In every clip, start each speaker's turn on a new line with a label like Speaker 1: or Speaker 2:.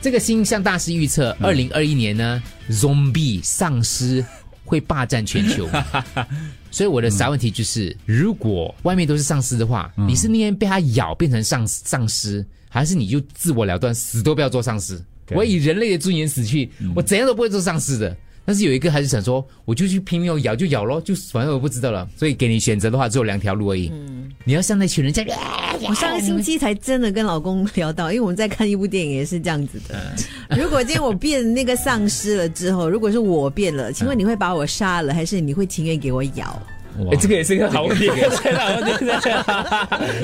Speaker 1: 这个星象大师预测，二零二一年呢、z o m b i e 丧尸会霸占全 球。所以我的傻问题就是，如果嗯外面都是丧尸的话，你是宁愿被它咬变成丧丧尸，还是你就自我了断，死都不要做丧尸？我以人类的尊严死去，我怎样都不会做丧尸的。但是有一个还是想说，我就去拼命地咬就咬咯，就反正我不知道了。所以给你选择的话，只有两条路而已。你要像那群人这样，啊
Speaker 2: 我上个星期才真的跟老公聊到，因为我们在看一部电影也是这样子
Speaker 1: 嗯
Speaker 2: 的。如果今天我变那个丧尸了之后，如果是我变了，请问你会把我杀了，还是你会情愿给我咬？
Speaker 1: 嗯
Speaker 3: 哎，这个也是个好问题，真好问题，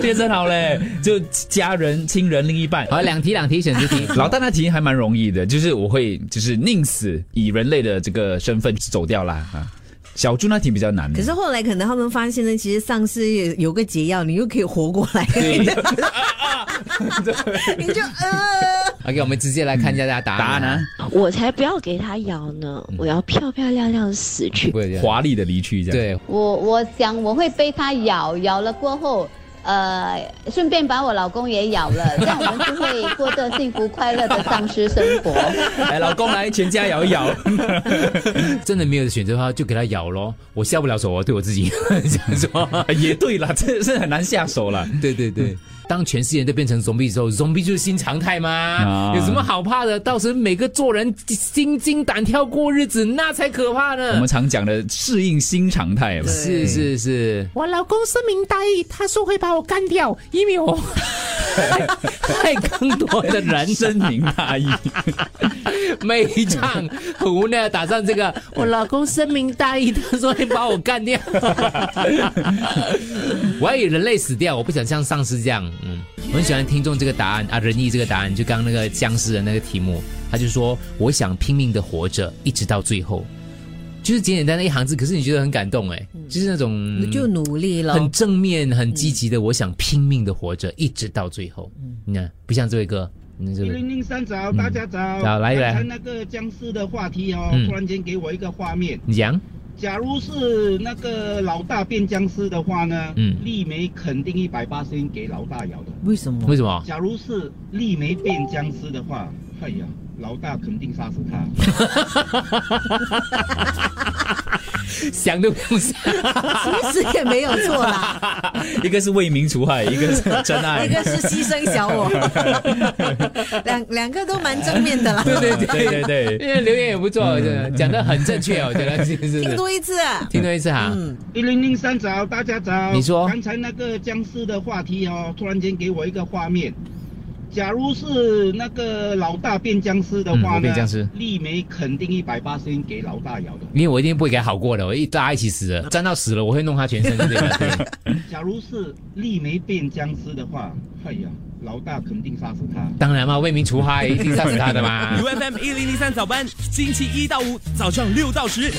Speaker 3: 这个真好嘞。就家人、亲人、另一半。
Speaker 1: 好，啊两题两题选择 题。
Speaker 3: 老大那题还蛮容易的，就是我会就是宁死以人类的这个身份走掉啦啊。小猪那题比较难，
Speaker 2: 可是后来可能他们发现呢，其实丧尸也有个解药，你又可以活过来，
Speaker 3: 对
Speaker 2: 你就呃，
Speaker 1: OK，我们直接来看一下大家答
Speaker 3: 答
Speaker 1: 案
Speaker 3: 案
Speaker 1: 啊。
Speaker 3: 呢，
Speaker 4: 我才不要给他咬呢，我要漂漂亮亮死去。
Speaker 1: 不会这样
Speaker 3: 华丽的离去这样。
Speaker 1: 对，
Speaker 5: 我我想我会被它咬，咬了过后，呃，顺便把我老公也咬了，这样我们就会过着幸福快乐的丧尸生活。
Speaker 3: 对，哎，老公来全家摇一摇。
Speaker 1: 真的没有选择的话，就给它咬咯。我下不了手，我对我自 己想说，
Speaker 3: 也对啦，这是很难下手啦。
Speaker 1: 对对对。当全世界都变成 zombie 之后，zombie 就是新常态嘛，
Speaker 3: 啊
Speaker 1: 有什么好怕的？到时每个做人心惊胆跳过日子，那才可怕呢。
Speaker 3: 我们常讲的适应新常态嘛。
Speaker 1: 是是是，我老公是明大意，他说会把我干掉，因为 我害更多的人
Speaker 3: 深明大义，
Speaker 1: 每一场很无奈的打上这个， 我老公深明大义，他说会把我干掉。 我要以人类死掉，我不想像丧尸这样。嗯，我很喜欢听众这个答案啊，仁义这个答案，就刚刚那个僵尸的那个题目，他就说我想拼命的活着，一直到最后，就是简简单单一行字，可是你觉得很感动哎、就是那种
Speaker 2: 你就努力了。
Speaker 1: 嗯很正面、很积极的，我想拼命的活着，一直到最后。你看，不像这位哥，你这
Speaker 6: 一
Speaker 1: 位
Speaker 6: 零零三早，大家早。
Speaker 1: 嗯早来来
Speaker 6: 刚才那个僵尸的话题哦，
Speaker 1: 嗯
Speaker 6: 突然间给我一个画面。
Speaker 1: 你讲，
Speaker 6: 假如是那个老大变僵尸的话呢？
Speaker 1: 嗯
Speaker 6: 丽梅肯定一百八先给老大咬的。
Speaker 2: 为什么？
Speaker 1: 为什么？
Speaker 6: 假如是丽梅变僵尸的话，哎呀，老大肯定杀死 他。
Speaker 1: 想都不用想。
Speaker 2: 其实也没有错 啦，
Speaker 3: 一个是为民除 害，一个是真
Speaker 1: 哎
Speaker 3: 爱
Speaker 2: 一。个是牺牲小 我，两两个都蛮正面的啦。
Speaker 1: 对对
Speaker 3: 对
Speaker 1: 对
Speaker 3: 对
Speaker 1: 因
Speaker 3: 对，
Speaker 1: 为留言也不错，真的讲的很正确哦，讲的是是
Speaker 2: 听
Speaker 1: 是。
Speaker 2: 多一次啊，
Speaker 1: 听多一次哈，
Speaker 2: 嗯，
Speaker 6: 一零零三早，大家早。
Speaker 1: 你说
Speaker 6: 刚才那个僵尸的话题哦，突然间给我一个画面。假如是那个老大变僵尸的
Speaker 1: 嗯
Speaker 6: 话
Speaker 1: 我
Speaker 6: 呢？
Speaker 1: 变僵尸
Speaker 6: 丽梅肯定一百八先给老大咬的。
Speaker 1: 因为我一定不会给他好过的，我一大家一起死了，站到死了，我会弄他全身，对吧？对
Speaker 6: 假如是丽梅变僵尸的话，哎呀，老大肯定杀死他。
Speaker 1: 当然嘛，为民除害，一定杀死他的嘛。
Speaker 7: U F M 一零零三早班，星期一到五早上六到十